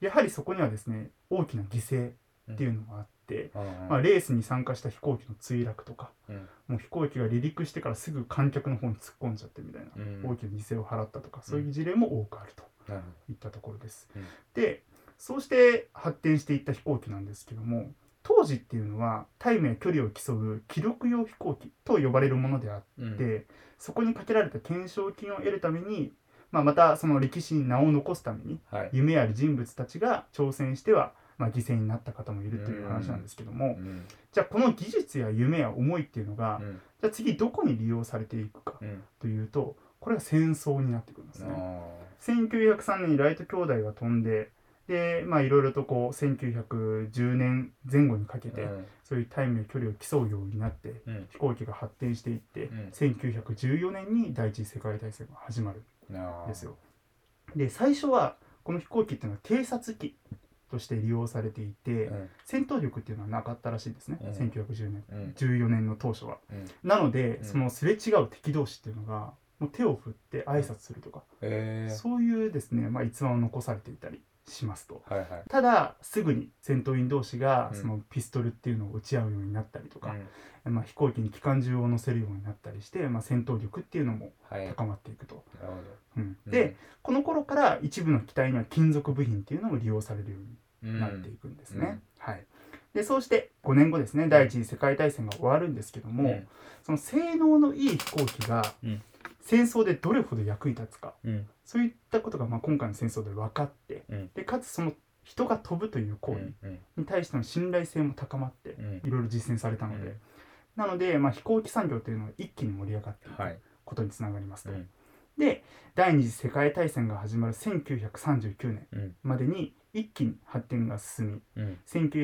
[SPEAKER 1] やはりそこにはですね、大きな犠牲っていうのがあって、
[SPEAKER 2] うん
[SPEAKER 1] まあ、レースに参加した飛行機の墜落とか、
[SPEAKER 2] うん
[SPEAKER 1] もう飛行機が離陸してからすぐ観客の方に突っ込んじゃってみたいな、
[SPEAKER 2] うん
[SPEAKER 1] 大きな犠牲を払ったとかそういう事例も多くあると
[SPEAKER 2] なる
[SPEAKER 1] いったところです。
[SPEAKER 2] うん
[SPEAKER 1] でそうして発展していった飛行機なんですけども当時っていうのはタイムや距離を競う記録用飛行機と呼ばれるものであっ
[SPEAKER 2] ほどうん
[SPEAKER 1] て、そこにかけられた懸賞金を得るために、まあ、またその歴史に名を残すために
[SPEAKER 2] はい
[SPEAKER 1] 夢ある人物たちが挑戦しては、まあ、犠牲になった方もいるという話なんですけども、
[SPEAKER 2] うん
[SPEAKER 1] じゃあこの技術や夢や思いっていうのが、
[SPEAKER 2] うん
[SPEAKER 1] じゃあ次どこに利用されていくか
[SPEAKER 2] うん
[SPEAKER 1] というとこれが戦争になってくるんです
[SPEAKER 2] あ
[SPEAKER 1] ね。
[SPEAKER 2] ー
[SPEAKER 1] 1903年にライト兄弟が飛んででまあいろいろとこう1910年前後にかけて、
[SPEAKER 2] うん
[SPEAKER 1] そういうタイムや距離を競うようになって
[SPEAKER 2] うん
[SPEAKER 1] 飛行機が発展していって、
[SPEAKER 2] うん
[SPEAKER 1] 1914年に第一次世界大戦が始まる
[SPEAKER 2] あ
[SPEAKER 1] ん
[SPEAKER 2] ー
[SPEAKER 1] ですよ。で最初はこの飛行機っていうのは偵察機として利用されていて、
[SPEAKER 2] うん
[SPEAKER 1] 戦闘力っていうのはなかったらしいんですね、
[SPEAKER 2] うん
[SPEAKER 1] 1910年
[SPEAKER 2] うん
[SPEAKER 1] 14年の当初は。
[SPEAKER 2] うん
[SPEAKER 1] なので、
[SPEAKER 2] うん
[SPEAKER 1] そのすれ違う敵同士っていうのがもう手を振って挨拶するとか、
[SPEAKER 2] へー
[SPEAKER 1] そういうですね、まあ、逸話を残されていたりしますと。
[SPEAKER 2] はいはい
[SPEAKER 1] ただすぐに戦闘員同士が
[SPEAKER 2] うん
[SPEAKER 1] そのピストルっていうのを撃ち合うようになったりと
[SPEAKER 2] う
[SPEAKER 1] か、
[SPEAKER 2] ん
[SPEAKER 1] まあ、飛行機に機関銃を乗せるようになったりして、まあ、戦闘力っていうのも
[SPEAKER 2] はいなる
[SPEAKER 1] 高まっていくと。
[SPEAKER 2] ほど
[SPEAKER 1] うん
[SPEAKER 2] うん
[SPEAKER 1] でこの頃から一部の機体には金属部品っていうのも利用されるように
[SPEAKER 2] うん
[SPEAKER 1] なっていくんです
[SPEAKER 2] う
[SPEAKER 1] ね
[SPEAKER 2] ん。
[SPEAKER 1] はい、でそうして5年後ですね第一次世界大戦が終わるんですけども、
[SPEAKER 2] うん
[SPEAKER 1] その性能のいい飛行機が
[SPEAKER 2] うん
[SPEAKER 1] 戦争でどれほど役に立つか
[SPEAKER 2] うん
[SPEAKER 1] そういったことがまあ今回の戦争で分かって、
[SPEAKER 2] うん
[SPEAKER 1] でかつその人が飛ぶという行為に対しての信頼性も高まって
[SPEAKER 2] うん
[SPEAKER 1] いろいろ実践されたので、
[SPEAKER 2] うん
[SPEAKER 1] なので、まあ、飛行機産業というのは一気に盛り上がっていく
[SPEAKER 2] はい
[SPEAKER 1] ことにつながりますと。
[SPEAKER 2] うん
[SPEAKER 1] で第二次世界大戦が始まる1939年
[SPEAKER 2] うん
[SPEAKER 1] までに一気に発展が進み
[SPEAKER 2] うん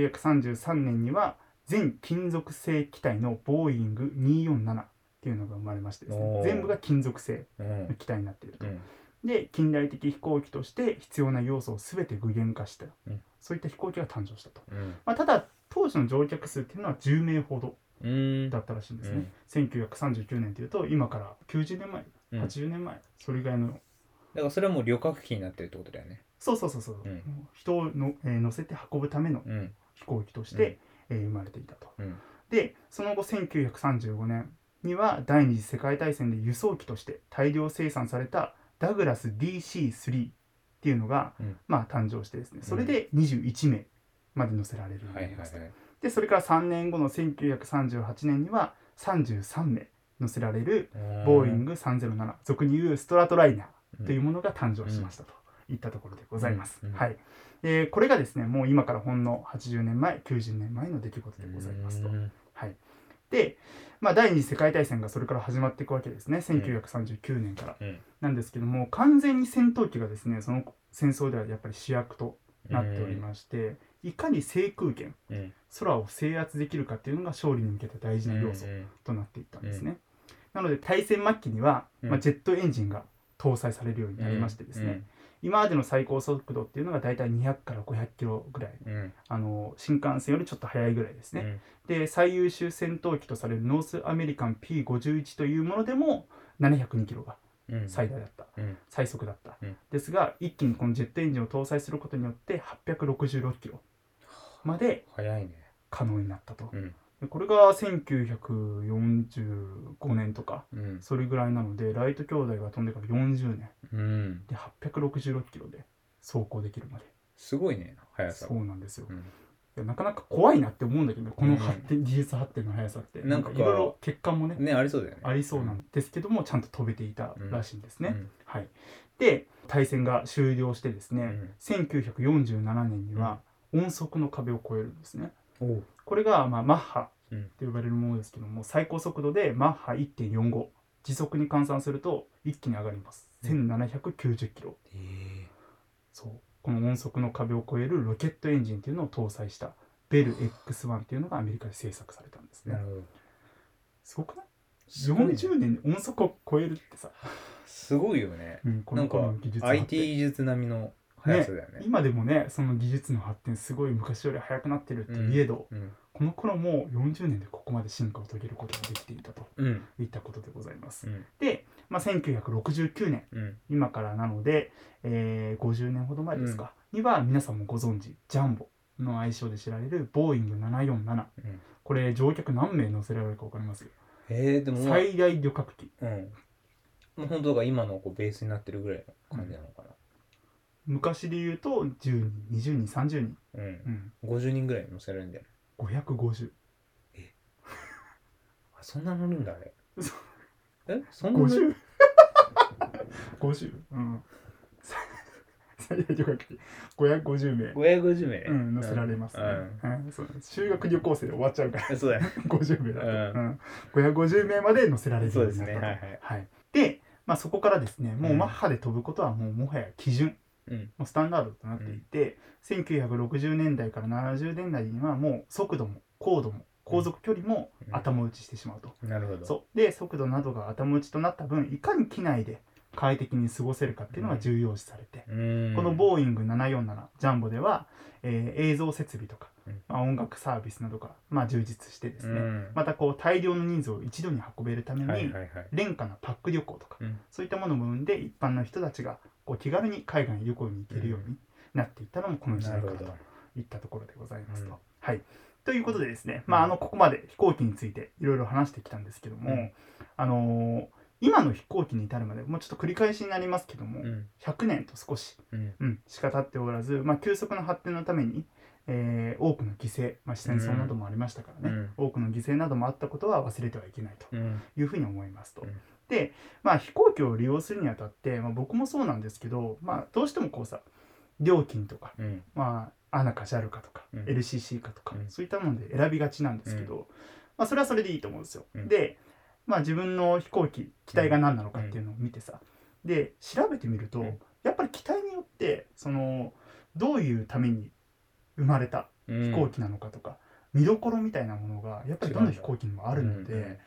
[SPEAKER 1] 1933年には全金属製機体のボーイング247っていうのが生まれましてです
[SPEAKER 2] お
[SPEAKER 1] ね
[SPEAKER 2] ー
[SPEAKER 1] 全部が金属製
[SPEAKER 2] うん
[SPEAKER 1] の機体になっていると
[SPEAKER 2] う。ん
[SPEAKER 1] で近代的飛行機として必要な要素を全て具現化した、
[SPEAKER 2] うん
[SPEAKER 1] そういった飛行機が誕生したと、
[SPEAKER 2] うん
[SPEAKER 1] まあ、ただ当時の乗客数っていうのは10名ほど
[SPEAKER 2] うん
[SPEAKER 1] だったらしいんですね、1939年っていうと今から90年前
[SPEAKER 2] うん
[SPEAKER 1] 80年前、それぐらいの
[SPEAKER 2] だからそれはもう旅客機になってるってことだよね
[SPEAKER 1] そうそうそうそう、
[SPEAKER 2] うん
[SPEAKER 1] もう人をの、えー乗せて運ぶための
[SPEAKER 2] うん
[SPEAKER 1] 飛行機として、えー生まれていたと、
[SPEAKER 2] うん
[SPEAKER 1] でその後1935年には第二次世界大戦で輸送機として大量生産されたダグラス DC3 っていうのが、
[SPEAKER 2] うん
[SPEAKER 1] まあ誕生してですねそれで21名まで乗せられるように
[SPEAKER 2] は
[SPEAKER 1] な
[SPEAKER 2] いはい
[SPEAKER 1] り
[SPEAKER 2] は
[SPEAKER 1] ま
[SPEAKER 2] い
[SPEAKER 1] した、でそれから3年後の1938年には33名乗せられるボーイング307俗に言うストラトライナーというものが誕生しましたといったところでございます、
[SPEAKER 2] うんうん
[SPEAKER 1] はいでこれがですねもう今からほんの80年前90年前の出来事でございますと
[SPEAKER 2] うん
[SPEAKER 1] はい、で、まあ、第二次世界大戦がそれから始まっていくわけですね1939年から、
[SPEAKER 2] うん
[SPEAKER 1] なんですけども完全に戦闘機がですねその戦争ではやっぱり主役となっておりまして、いかに制空権
[SPEAKER 2] うん
[SPEAKER 1] 空を制圧できるかっていうのが勝利に向けて大事な要素
[SPEAKER 2] うん
[SPEAKER 1] となっていったんですね、なので大戦末期には、
[SPEAKER 2] うん
[SPEAKER 1] まあ、ジェットエンジンが搭載されるようになりましてですね、今までの最高速度っていうのが大体200から500キロぐらい
[SPEAKER 2] うんうん
[SPEAKER 1] あの新幹線よりちょっと速いぐらいですね、で最優秀戦闘機とされるノースアメリカン P51 というものでも702キロが
[SPEAKER 2] うん
[SPEAKER 1] 最大だった、
[SPEAKER 2] うん
[SPEAKER 1] 最速だった、
[SPEAKER 2] うん
[SPEAKER 1] ですが一気にこのジェットエンジンを搭載することによって866キロまで
[SPEAKER 2] 早いね
[SPEAKER 1] 可能になったと、
[SPEAKER 2] うん
[SPEAKER 1] でこれが1945年とか
[SPEAKER 2] うん
[SPEAKER 1] それぐらいなのでライト兄弟が飛んでから40年
[SPEAKER 2] うん
[SPEAKER 1] で866キロで走行できるまです
[SPEAKER 2] ごいね速さ
[SPEAKER 1] そ
[SPEAKER 2] が
[SPEAKER 1] うなんですよ
[SPEAKER 2] うん
[SPEAKER 1] いやなかなか怖いなって思うんだけどねこ
[SPEAKER 2] う
[SPEAKER 1] の
[SPEAKER 2] ん
[SPEAKER 1] 発展、技術発展の速さって
[SPEAKER 2] なんか
[SPEAKER 1] いろいろ欠陥もね
[SPEAKER 2] ねありそうだよね
[SPEAKER 1] ありそうなんですけどもちゃんと飛べていたらしいんですね。
[SPEAKER 2] うん
[SPEAKER 1] はい、で対戦が終了してですね、
[SPEAKER 2] うん
[SPEAKER 1] 1947年には音速の壁を越えるんですね。
[SPEAKER 2] おう
[SPEAKER 1] これが、まあ、マッハ
[SPEAKER 2] うん
[SPEAKER 1] って呼ばれるものですけども最高速度でマッハ1.45時速に換算すると一気に上がります1790キロ
[SPEAKER 2] え
[SPEAKER 1] そうこの音速の壁を越えるロケットエンジンっていうのを搭載したベル X1 っていうのがアメリカで制作されたんです
[SPEAKER 2] えな
[SPEAKER 1] ね
[SPEAKER 2] るほど
[SPEAKER 1] すごくない
[SPEAKER 2] すごいね
[SPEAKER 1] 40年で音速を超えるってさ、
[SPEAKER 2] すごいよね
[SPEAKER 1] うん、こ
[SPEAKER 2] な
[SPEAKER 1] の
[SPEAKER 2] ん
[SPEAKER 1] この
[SPEAKER 2] か
[SPEAKER 1] 技術の発展
[SPEAKER 2] IT 技術並みの速さだよね
[SPEAKER 1] 今でもねその技術の発展すごい昔より早くなってるっていえど、
[SPEAKER 2] うん
[SPEAKER 1] この頃も40年でここまで進化を遂げることができていたと
[SPEAKER 2] うん
[SPEAKER 1] いったことでございます、
[SPEAKER 2] うん
[SPEAKER 1] で、まあ、1969年
[SPEAKER 2] うん
[SPEAKER 1] 今からなので、えー50年ほど前ですか、には皆さんもご存知ジャンボの愛称で知られるボーイング747
[SPEAKER 2] うん
[SPEAKER 1] これ乗客何名乗せられるか分かります
[SPEAKER 2] ええでもまあ
[SPEAKER 1] 最大旅客機
[SPEAKER 2] うんもう本当が今のこうベースになってるぐらいの感じなのか
[SPEAKER 1] 昔で言うと10人20人30人、
[SPEAKER 2] なう
[SPEAKER 1] うんん、
[SPEAKER 2] 50人ぐらい乗せられるんだよね
[SPEAKER 1] 550
[SPEAKER 2] あそんな乗るんだあれ
[SPEAKER 1] そ
[SPEAKER 2] えそんな乗る
[SPEAKER 1] 50?50 うん最最大旅客機550名、
[SPEAKER 2] 550名
[SPEAKER 1] うん、乗せられますね、
[SPEAKER 2] うん
[SPEAKER 1] うんそう修学旅行生で終わっちゃうから
[SPEAKER 2] うんそうだね
[SPEAKER 1] 50名だと、
[SPEAKER 2] う
[SPEAKER 1] うん550名まで乗せられる
[SPEAKER 2] そ
[SPEAKER 1] よ
[SPEAKER 2] う
[SPEAKER 1] う
[SPEAKER 2] で
[SPEAKER 1] に
[SPEAKER 2] す
[SPEAKER 1] なった
[SPEAKER 2] ね
[SPEAKER 1] と
[SPEAKER 2] はいはい
[SPEAKER 1] はい、で、まあ、そこからですねもううんマッハで飛ぶことはもうもはや基準、
[SPEAKER 2] うん
[SPEAKER 1] もうスタンダードとなっていて、1960年代から70年代にはもう速度も高度も航続距離も
[SPEAKER 2] うん
[SPEAKER 1] 頭打ちしてしまうと、
[SPEAKER 2] なるほど
[SPEAKER 1] そうで速度などが頭打ちとなった分いかに機内で快適に過ごせるかっていうのが重要視されて、
[SPEAKER 2] うん
[SPEAKER 1] このボーイング747ジャンボでは、えー映像設備とか、
[SPEAKER 2] うん
[SPEAKER 1] まあ、音楽サービスなどが、まあ、充実してですね、
[SPEAKER 2] うん
[SPEAKER 1] またこう大量の人数を一度に運べるために、
[SPEAKER 2] はいはいはい
[SPEAKER 1] 廉価なパック旅行とか、
[SPEAKER 2] うん
[SPEAKER 1] そういったものも生んで一般の人たちがこう気軽に海外に旅行に行けるようになっていったのもこの時代
[SPEAKER 2] なる
[SPEAKER 1] からと
[SPEAKER 2] ほど
[SPEAKER 1] いったところでございますと。
[SPEAKER 2] うん
[SPEAKER 1] はい、ということでですね、まあ、あのここまで飛行機についていろいろ話してきたんですけども、
[SPEAKER 2] うん
[SPEAKER 1] あのー今の飛行機に至るまでもうちょっと繰り返しになりますけども、
[SPEAKER 2] うん
[SPEAKER 1] 100年と少し、
[SPEAKER 2] うん
[SPEAKER 1] うん、しか経っておらず、まあ、急速な発展のために、えー多くの犠牲、まあ、戦争などもありましたからね、多くの犠牲などもあったことは忘れてはいけないと
[SPEAKER 2] うん
[SPEAKER 1] いうふうに思いますと。
[SPEAKER 2] うん
[SPEAKER 1] で、まあ、飛行機を利用するにあたって、まあ、僕もそうなんですけど、まあ、どうしてもこうさ料金とか、
[SPEAKER 2] うん
[SPEAKER 1] まあ、ANA か JAL かとか、
[SPEAKER 2] うん
[SPEAKER 1] LCC かとか、
[SPEAKER 2] うん
[SPEAKER 1] そういったもので選びがちなんですけど、まあ、それはそれでいいと思うんですよ。
[SPEAKER 2] うん
[SPEAKER 1] で、まあ、自分の飛行機機体が何なのかっていうのを見てさで調べてみると、
[SPEAKER 2] うん
[SPEAKER 1] やっぱり機体によってそのどういうために生まれた
[SPEAKER 2] 飛
[SPEAKER 1] 飛行機なのかとか、見どころみたいなものがやっぱりどんな飛行機にもあるので、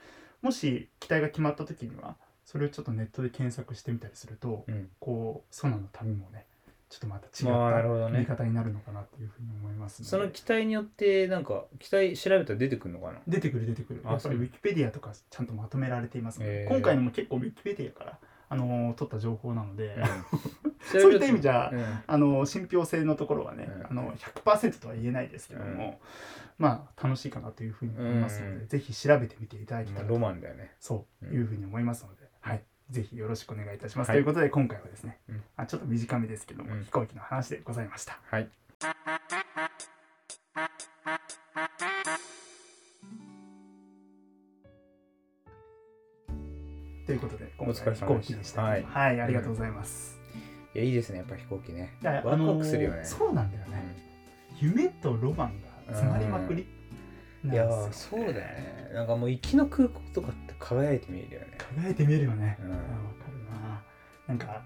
[SPEAKER 1] もし機体が決まった時にはそれをちょっとネットで検索してみたりすると
[SPEAKER 2] うん
[SPEAKER 1] こうソナの旅もねちょっとまた違
[SPEAKER 2] まあなるほ
[SPEAKER 1] っ
[SPEAKER 2] ど
[SPEAKER 1] た
[SPEAKER 2] ね
[SPEAKER 1] 見方になるのかなっていうふうに思います
[SPEAKER 2] そ
[SPEAKER 1] の
[SPEAKER 2] の
[SPEAKER 1] で
[SPEAKER 2] 機体によってなんか機体調べたら出てくるのかな
[SPEAKER 1] 出てくる出てくる
[SPEAKER 2] あ
[SPEAKER 1] やっぱり
[SPEAKER 2] そ
[SPEAKER 1] ウ
[SPEAKER 2] う
[SPEAKER 1] ィキペディアとかちゃんとまとめられていますので
[SPEAKER 2] へー
[SPEAKER 1] 今回のも結構ウィキペディアから、あのー取った情報なので、
[SPEAKER 2] 調
[SPEAKER 1] そうい
[SPEAKER 2] べ
[SPEAKER 1] った意味じゃ
[SPEAKER 2] うん
[SPEAKER 1] あの信憑性のところはね、
[SPEAKER 2] うん
[SPEAKER 1] あの100%とは言えないですけども、まあ楽しいかなというふうに思いますので、
[SPEAKER 2] うん
[SPEAKER 1] ぜひ調べてみていただきた
[SPEAKER 2] まあ
[SPEAKER 1] い
[SPEAKER 2] ロ
[SPEAKER 1] と
[SPEAKER 2] マンだよね
[SPEAKER 1] そう
[SPEAKER 2] うん
[SPEAKER 1] いうふうに思いますので、はい、ぜひよろしくお願いいたします。
[SPEAKER 2] はい
[SPEAKER 1] ということで今回はですね、
[SPEAKER 2] うん
[SPEAKER 1] あちょっと短めですけども、
[SPEAKER 2] うん
[SPEAKER 1] 飛行機の話でございました。
[SPEAKER 2] はい
[SPEAKER 1] ということで今
[SPEAKER 2] お疲
[SPEAKER 1] 回
[SPEAKER 2] れ様
[SPEAKER 1] は
[SPEAKER 2] でし
[SPEAKER 1] 飛行機
[SPEAKER 2] た
[SPEAKER 1] でした。
[SPEAKER 2] はい
[SPEAKER 1] ありがとうございます。
[SPEAKER 2] いやいいですねやっぱ飛行機ね
[SPEAKER 1] いや
[SPEAKER 2] ワクワクするよね
[SPEAKER 1] あのーそうなんだよ
[SPEAKER 2] う
[SPEAKER 1] ね。夢とロマンが詰まりまくり
[SPEAKER 2] んい
[SPEAKER 1] な
[SPEAKER 2] や
[SPEAKER 1] ん
[SPEAKER 2] ー
[SPEAKER 1] です
[SPEAKER 2] そ
[SPEAKER 1] よ
[SPEAKER 2] う
[SPEAKER 1] ね
[SPEAKER 2] だよねなんかもう行きの空港とかって輝いて見えるよね
[SPEAKER 1] 輝いて見えるよね。
[SPEAKER 2] う
[SPEAKER 1] うんん、わかるな。なんか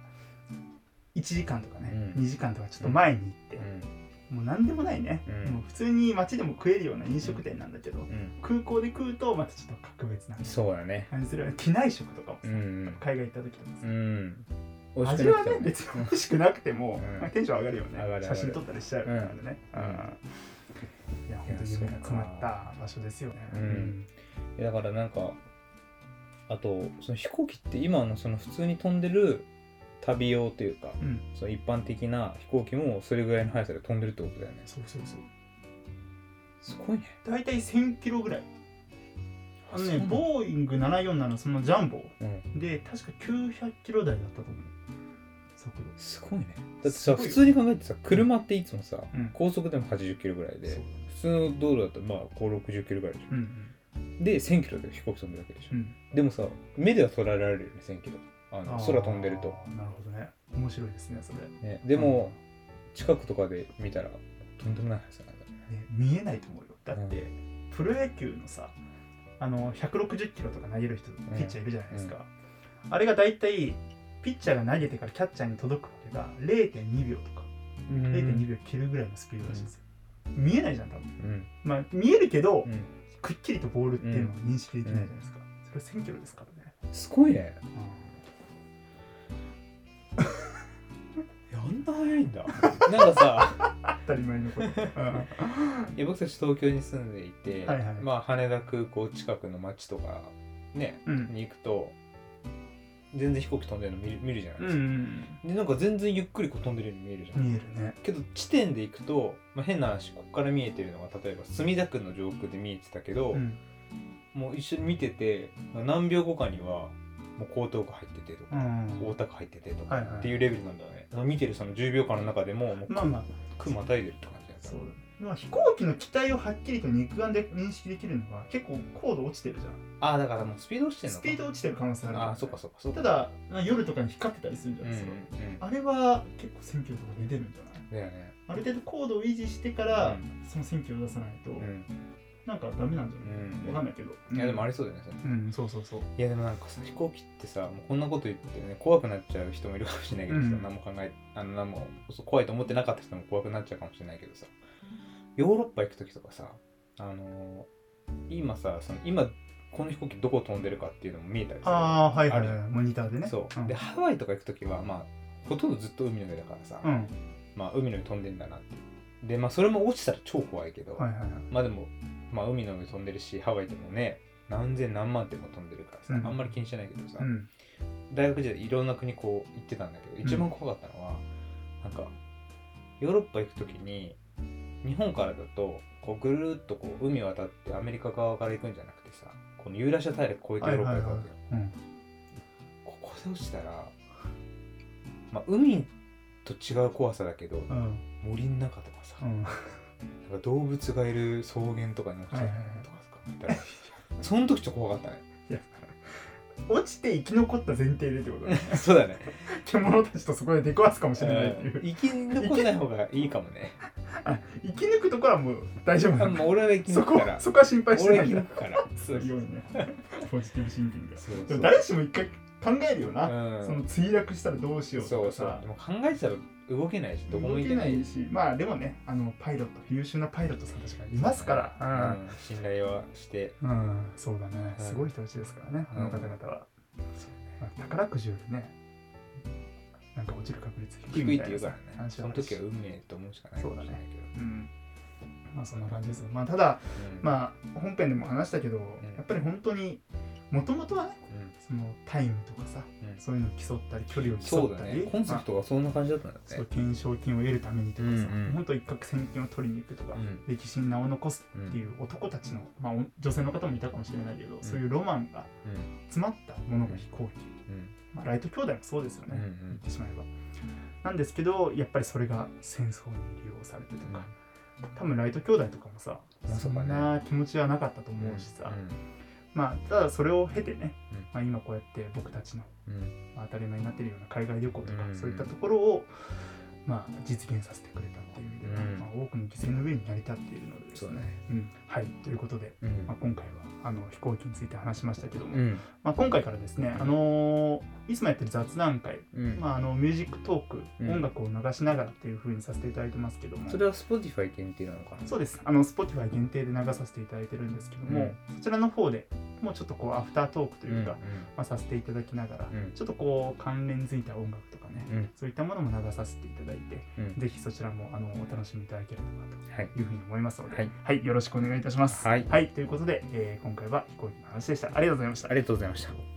[SPEAKER 1] 1時間とかね、
[SPEAKER 2] うん
[SPEAKER 1] 2時間とかちょっと前に行って、
[SPEAKER 2] うん
[SPEAKER 1] もう何でもないね、
[SPEAKER 2] うん
[SPEAKER 1] もう普通に街でも食えるような飲食店なんだけど、
[SPEAKER 2] うん
[SPEAKER 1] 空港で食うとまたちょっと格別な
[SPEAKER 2] そうだね
[SPEAKER 1] 感じするよね機内食とかも
[SPEAKER 2] う
[SPEAKER 1] さ、
[SPEAKER 2] ん
[SPEAKER 1] 海外行った時とか
[SPEAKER 2] う
[SPEAKER 1] さ、
[SPEAKER 2] ん美味し
[SPEAKER 1] 味
[SPEAKER 2] くな
[SPEAKER 1] はね
[SPEAKER 2] くても
[SPEAKER 1] 別に美味しくなくても、
[SPEAKER 2] うん
[SPEAKER 1] まあ、テンション上がるよね
[SPEAKER 2] 上がる上がる
[SPEAKER 1] 写真撮ったりしちゃうからね、
[SPEAKER 2] うん
[SPEAKER 1] うんいや本当に夢が詰まった場所ですよね、
[SPEAKER 2] うんいやだからなんかあとその飛行機って今のその普通に飛んでる旅用というか、
[SPEAKER 1] うん
[SPEAKER 2] その一般的な飛行機もそれぐらいの速さで飛んでるってことだよね
[SPEAKER 1] そうそうそう
[SPEAKER 2] すごいね
[SPEAKER 1] 大体1000キロぐらいあの
[SPEAKER 2] そう
[SPEAKER 1] ね
[SPEAKER 2] なんだ
[SPEAKER 1] ボーイング747そのジャンボ
[SPEAKER 2] うん
[SPEAKER 1] で確か900キロ台だったと思う速度
[SPEAKER 2] すごいねだって
[SPEAKER 1] す
[SPEAKER 2] さ
[SPEAKER 1] ごいよ
[SPEAKER 2] 普通に考えてさ車っていつもさ、
[SPEAKER 1] うん
[SPEAKER 2] 高速でも80キロぐらい
[SPEAKER 1] そう
[SPEAKER 2] で普通の道路だとまあ560キロぐらいでしょ、
[SPEAKER 1] うん
[SPEAKER 2] で1000キロで飛行機飛んでるわけでしょ、
[SPEAKER 1] うんうん
[SPEAKER 2] でもさ目では捉えられるよね1000キロあの
[SPEAKER 1] あー
[SPEAKER 2] 空飛んでると、
[SPEAKER 1] なるほどね面白いですねそれ、
[SPEAKER 2] ね、でも、近くとかで見たらとんでもない速さなんだね
[SPEAKER 1] ね、見えないと思うよだって、プロ野球のさあの160キロとか投げる人ピッチャーいるじゃないですか、あれが大体ピッチャーが投げてからキャッチャーに届くまでが0.2秒とか
[SPEAKER 2] うん
[SPEAKER 1] 0.2秒切るぐらいのスピードらしいですよ、見えないじゃん多分
[SPEAKER 2] うん
[SPEAKER 1] まあ見えるけど、
[SPEAKER 2] うん
[SPEAKER 1] くっきりとボールっていうのを認識できないじゃないですか、それは1000キロですからね、
[SPEAKER 2] すごいね。
[SPEAKER 1] や
[SPEAKER 2] んな早いんだ。 なんかさ、
[SPEAKER 1] 当たり前のこと、 うん
[SPEAKER 2] いや僕たち東京に住んでいて、
[SPEAKER 1] はいはい
[SPEAKER 2] まあ羽田空港近くの街とかね、
[SPEAKER 1] うん
[SPEAKER 2] に行くと、全然飛行機飛んでるの見る見るじゃないで
[SPEAKER 1] う
[SPEAKER 2] すか。
[SPEAKER 1] ん
[SPEAKER 2] でなんか全然ゆっくりこう飛んでるように見えるじゃん。
[SPEAKER 1] 見えるね
[SPEAKER 2] けど地点で行くと、まあ、変な話ここから見えてるのが例えば墨田区の上空で見えてたけど、
[SPEAKER 1] うん
[SPEAKER 2] もう一緒に見てて何秒後かにはもう江東区入っててと
[SPEAKER 1] う
[SPEAKER 2] か、
[SPEAKER 1] ん
[SPEAKER 2] 大田区入っててとか
[SPEAKER 1] はいはい
[SPEAKER 2] っていうレベルなんだよね、見てるその10秒間の中でももう
[SPEAKER 1] まあまあ
[SPEAKER 2] 区またいでるって感じなんだ
[SPEAKER 1] そうだねまあ飛行機の機体をはっきりと肉眼で認識できるのは結構高度落ちてるじゃ
[SPEAKER 2] ああだからもうスピード落ちて
[SPEAKER 1] ん
[SPEAKER 2] んの
[SPEAKER 1] ス
[SPEAKER 2] か
[SPEAKER 1] ピード落ちてる可能性ある
[SPEAKER 2] ああそっかそっかそっか
[SPEAKER 1] ただ、まあ、夜とかに光ってたりするじゃ
[SPEAKER 2] うん
[SPEAKER 1] な
[SPEAKER 2] う
[SPEAKER 1] い
[SPEAKER 2] ん
[SPEAKER 1] ですか、
[SPEAKER 2] うんだ
[SPEAKER 1] あれは結構選挙とかで出るんじゃない
[SPEAKER 2] よね
[SPEAKER 1] ある程度高度を維持してから、
[SPEAKER 2] うん
[SPEAKER 1] その選挙を出さないと、
[SPEAKER 2] うん
[SPEAKER 1] なんかダメなんじゃない、
[SPEAKER 2] うん
[SPEAKER 1] わかんないけど
[SPEAKER 2] いやでもあ
[SPEAKER 1] れ
[SPEAKER 2] りそうだよねそれ
[SPEAKER 1] うんそうそうそう
[SPEAKER 2] いやでもなんかさ飛行機ってさもうこんなこと言ってね怖くなっちゃう人もいるかもしれないけどさ、
[SPEAKER 1] うん
[SPEAKER 2] 何も考えあの何もそう怖いと思ってなかった人も怖くなっちゃうかもしれないけどさヨーロッパ行く時とかさあのー今さその今この飛行機どこ飛んでるかっていうのも見えたりする
[SPEAKER 1] ああーはいはい、
[SPEAKER 2] あ
[SPEAKER 1] はい、モニターでね
[SPEAKER 2] そう、
[SPEAKER 1] ん
[SPEAKER 2] でハワイとか行く時はまあほとんどずっと海の上だからさ、
[SPEAKER 1] うん
[SPEAKER 2] まあ海の上飛んでんだなってでまあそれも落ちたら超怖いけど、
[SPEAKER 1] はいはいはい
[SPEAKER 2] まあでも、まあ、海の上飛んでるしハワイでもね何千何万点も飛んでるからさ、
[SPEAKER 1] うん
[SPEAKER 2] あんまり気にしてないけどさ、
[SPEAKER 1] うん
[SPEAKER 2] 大学時代いろんな国こう行ってたんだけど
[SPEAKER 1] ん
[SPEAKER 2] 一番怖かったのは、なんかヨーロッパ行く時に日本からだとこうぐるーっとこう海渡ってアメリカ側から行くんじゃなくてさこのユーラシア大陸越えてヨーロッパ行くわけよ、
[SPEAKER 1] はいはいはいうん
[SPEAKER 2] ここで落ちたら、まあ、海と違う怖さだけど、
[SPEAKER 1] うん
[SPEAKER 2] 森の中とかさ、
[SPEAKER 1] うん
[SPEAKER 2] なんか動物がいる草原とかに落ちた
[SPEAKER 1] はいはい
[SPEAKER 2] り
[SPEAKER 1] はい
[SPEAKER 2] とかさ、その時ちょっと怖かったね
[SPEAKER 1] いや落ちて生き残った前提でって ことだね
[SPEAKER 2] そうだね。
[SPEAKER 1] 獣たちとそこで出くわすかもしれないっていう、
[SPEAKER 2] 生き残んない方がいいかもね。
[SPEAKER 1] あ生き抜くところはもう大丈夫
[SPEAKER 2] あ
[SPEAKER 1] なんだ
[SPEAKER 2] もう俺は生き
[SPEAKER 1] そ
[SPEAKER 2] 抜
[SPEAKER 1] こ
[SPEAKER 2] くか
[SPEAKER 1] は
[SPEAKER 2] ら。
[SPEAKER 1] そこは心配して
[SPEAKER 2] 俺
[SPEAKER 1] な
[SPEAKER 2] はい生
[SPEAKER 1] んだ
[SPEAKER 2] き抜くから。そう
[SPEAKER 1] 強いね ポジティブシンキング
[SPEAKER 2] そう
[SPEAKER 1] で
[SPEAKER 2] そう
[SPEAKER 1] も誰しも一回考えるよな、
[SPEAKER 2] うん
[SPEAKER 1] その墜落したらどうしよう
[SPEAKER 2] そ
[SPEAKER 1] と
[SPEAKER 2] う
[SPEAKER 1] か
[SPEAKER 2] そう
[SPEAKER 1] さ。
[SPEAKER 2] でも考えてたら動けないし、どこも
[SPEAKER 1] 動
[SPEAKER 2] 行
[SPEAKER 1] け
[SPEAKER 2] け
[SPEAKER 1] な
[SPEAKER 2] ない。
[SPEAKER 1] いしまあでもねあのパイロット優秀なパイロットさんたちがいますから
[SPEAKER 2] うん信頼はして。
[SPEAKER 1] うん、うんそうだね
[SPEAKER 2] うん
[SPEAKER 1] すごい人たちですからね、
[SPEAKER 2] うん
[SPEAKER 1] あの方々は、まあ宝くじよりねなんか落ちる確率低
[SPEAKER 2] 低
[SPEAKER 1] いみ
[SPEAKER 2] いったて
[SPEAKER 1] い
[SPEAKER 2] 言
[SPEAKER 1] なさ
[SPEAKER 2] うからね。
[SPEAKER 1] 話
[SPEAKER 2] そ
[SPEAKER 1] は
[SPEAKER 2] の
[SPEAKER 1] あるし
[SPEAKER 2] 時は運命と思うしかないかもしれないけど。
[SPEAKER 1] うんまあそんな感じですまあただ
[SPEAKER 2] うん
[SPEAKER 1] まあ本編でも話したけど、やっぱり本当にもともとはね
[SPEAKER 2] うん
[SPEAKER 1] そのタイムとかさ
[SPEAKER 2] うん
[SPEAKER 1] そういうのを競ったり距離を競
[SPEAKER 2] そうだ
[SPEAKER 1] った
[SPEAKER 2] ね
[SPEAKER 1] り。
[SPEAKER 2] コンセプトがそんな感じだったんだ
[SPEAKER 1] そ
[SPEAKER 2] よ
[SPEAKER 1] う
[SPEAKER 2] ね。
[SPEAKER 1] 懸賞金を得るためにとかさ、
[SPEAKER 2] うんうん
[SPEAKER 1] 本当一攫千金を取りに行くとか、
[SPEAKER 2] うん
[SPEAKER 1] 歴史に名を残す
[SPEAKER 2] うん
[SPEAKER 1] っていう男たちの、まあ、お女性の方もいたかもしれないけど、そういうロマンが
[SPEAKER 2] うん
[SPEAKER 1] 詰まったものが飛行機、
[SPEAKER 2] うん
[SPEAKER 1] まあ、ライト兄弟もそうですよね、
[SPEAKER 2] うんう
[SPEAKER 1] 言
[SPEAKER 2] ん
[SPEAKER 1] ってしまえば。なんですけどやっぱりそれが戦争に利用されてとか、多分ライト兄弟とかもさ、
[SPEAKER 2] まさ
[SPEAKER 1] そ
[SPEAKER 2] かね
[SPEAKER 1] んな気持ちはなかったと
[SPEAKER 2] うん
[SPEAKER 1] 思うしさ、
[SPEAKER 2] う
[SPEAKER 1] まあただそれを経てね、
[SPEAKER 2] うん
[SPEAKER 1] まあ、今こうやって僕たちの
[SPEAKER 2] んうん
[SPEAKER 1] まあ、当たり前になってるような海外旅行とか、
[SPEAKER 2] うん
[SPEAKER 1] そういったところを、まあ、実現させてくれたっていう意味では、
[SPEAKER 2] うん
[SPEAKER 1] まあ、多くの犠牲の上に成り立っているのでです
[SPEAKER 2] そう
[SPEAKER 1] ね。
[SPEAKER 2] だね
[SPEAKER 1] うん、はいということで、
[SPEAKER 2] うん
[SPEAKER 1] まあ、今回はあの飛行機について話しましたけども、
[SPEAKER 2] うん
[SPEAKER 1] まあ、今回からですね、あのーいつもやってる雑談会、
[SPEAKER 2] うん
[SPEAKER 1] まあ、あのミュージックトーク、
[SPEAKER 2] うん
[SPEAKER 1] 音楽を流しながらっていう風にさせていただいてますけども。
[SPEAKER 2] それは Spotify 限定なのかな
[SPEAKER 1] そうですあの Spotify 限定で流させていただいてるんですけども、そちらの方でもうちょっとこうアフタートークというか、まあ、させていただきながら、
[SPEAKER 2] うん
[SPEAKER 1] ちょっとこう関連づいた音楽とかね、
[SPEAKER 2] うん
[SPEAKER 1] そういったものも流させていただいて、
[SPEAKER 2] うんうん
[SPEAKER 1] ぜひそちらもあのお楽しみいただければ
[SPEAKER 2] はい
[SPEAKER 1] というふうに思いますので、
[SPEAKER 2] はい、
[SPEAKER 1] よろしくお願いいたします。
[SPEAKER 2] はい
[SPEAKER 1] ということで、えー今回は飛行機の話でした。ありがとうございました
[SPEAKER 2] あ。りがとうございました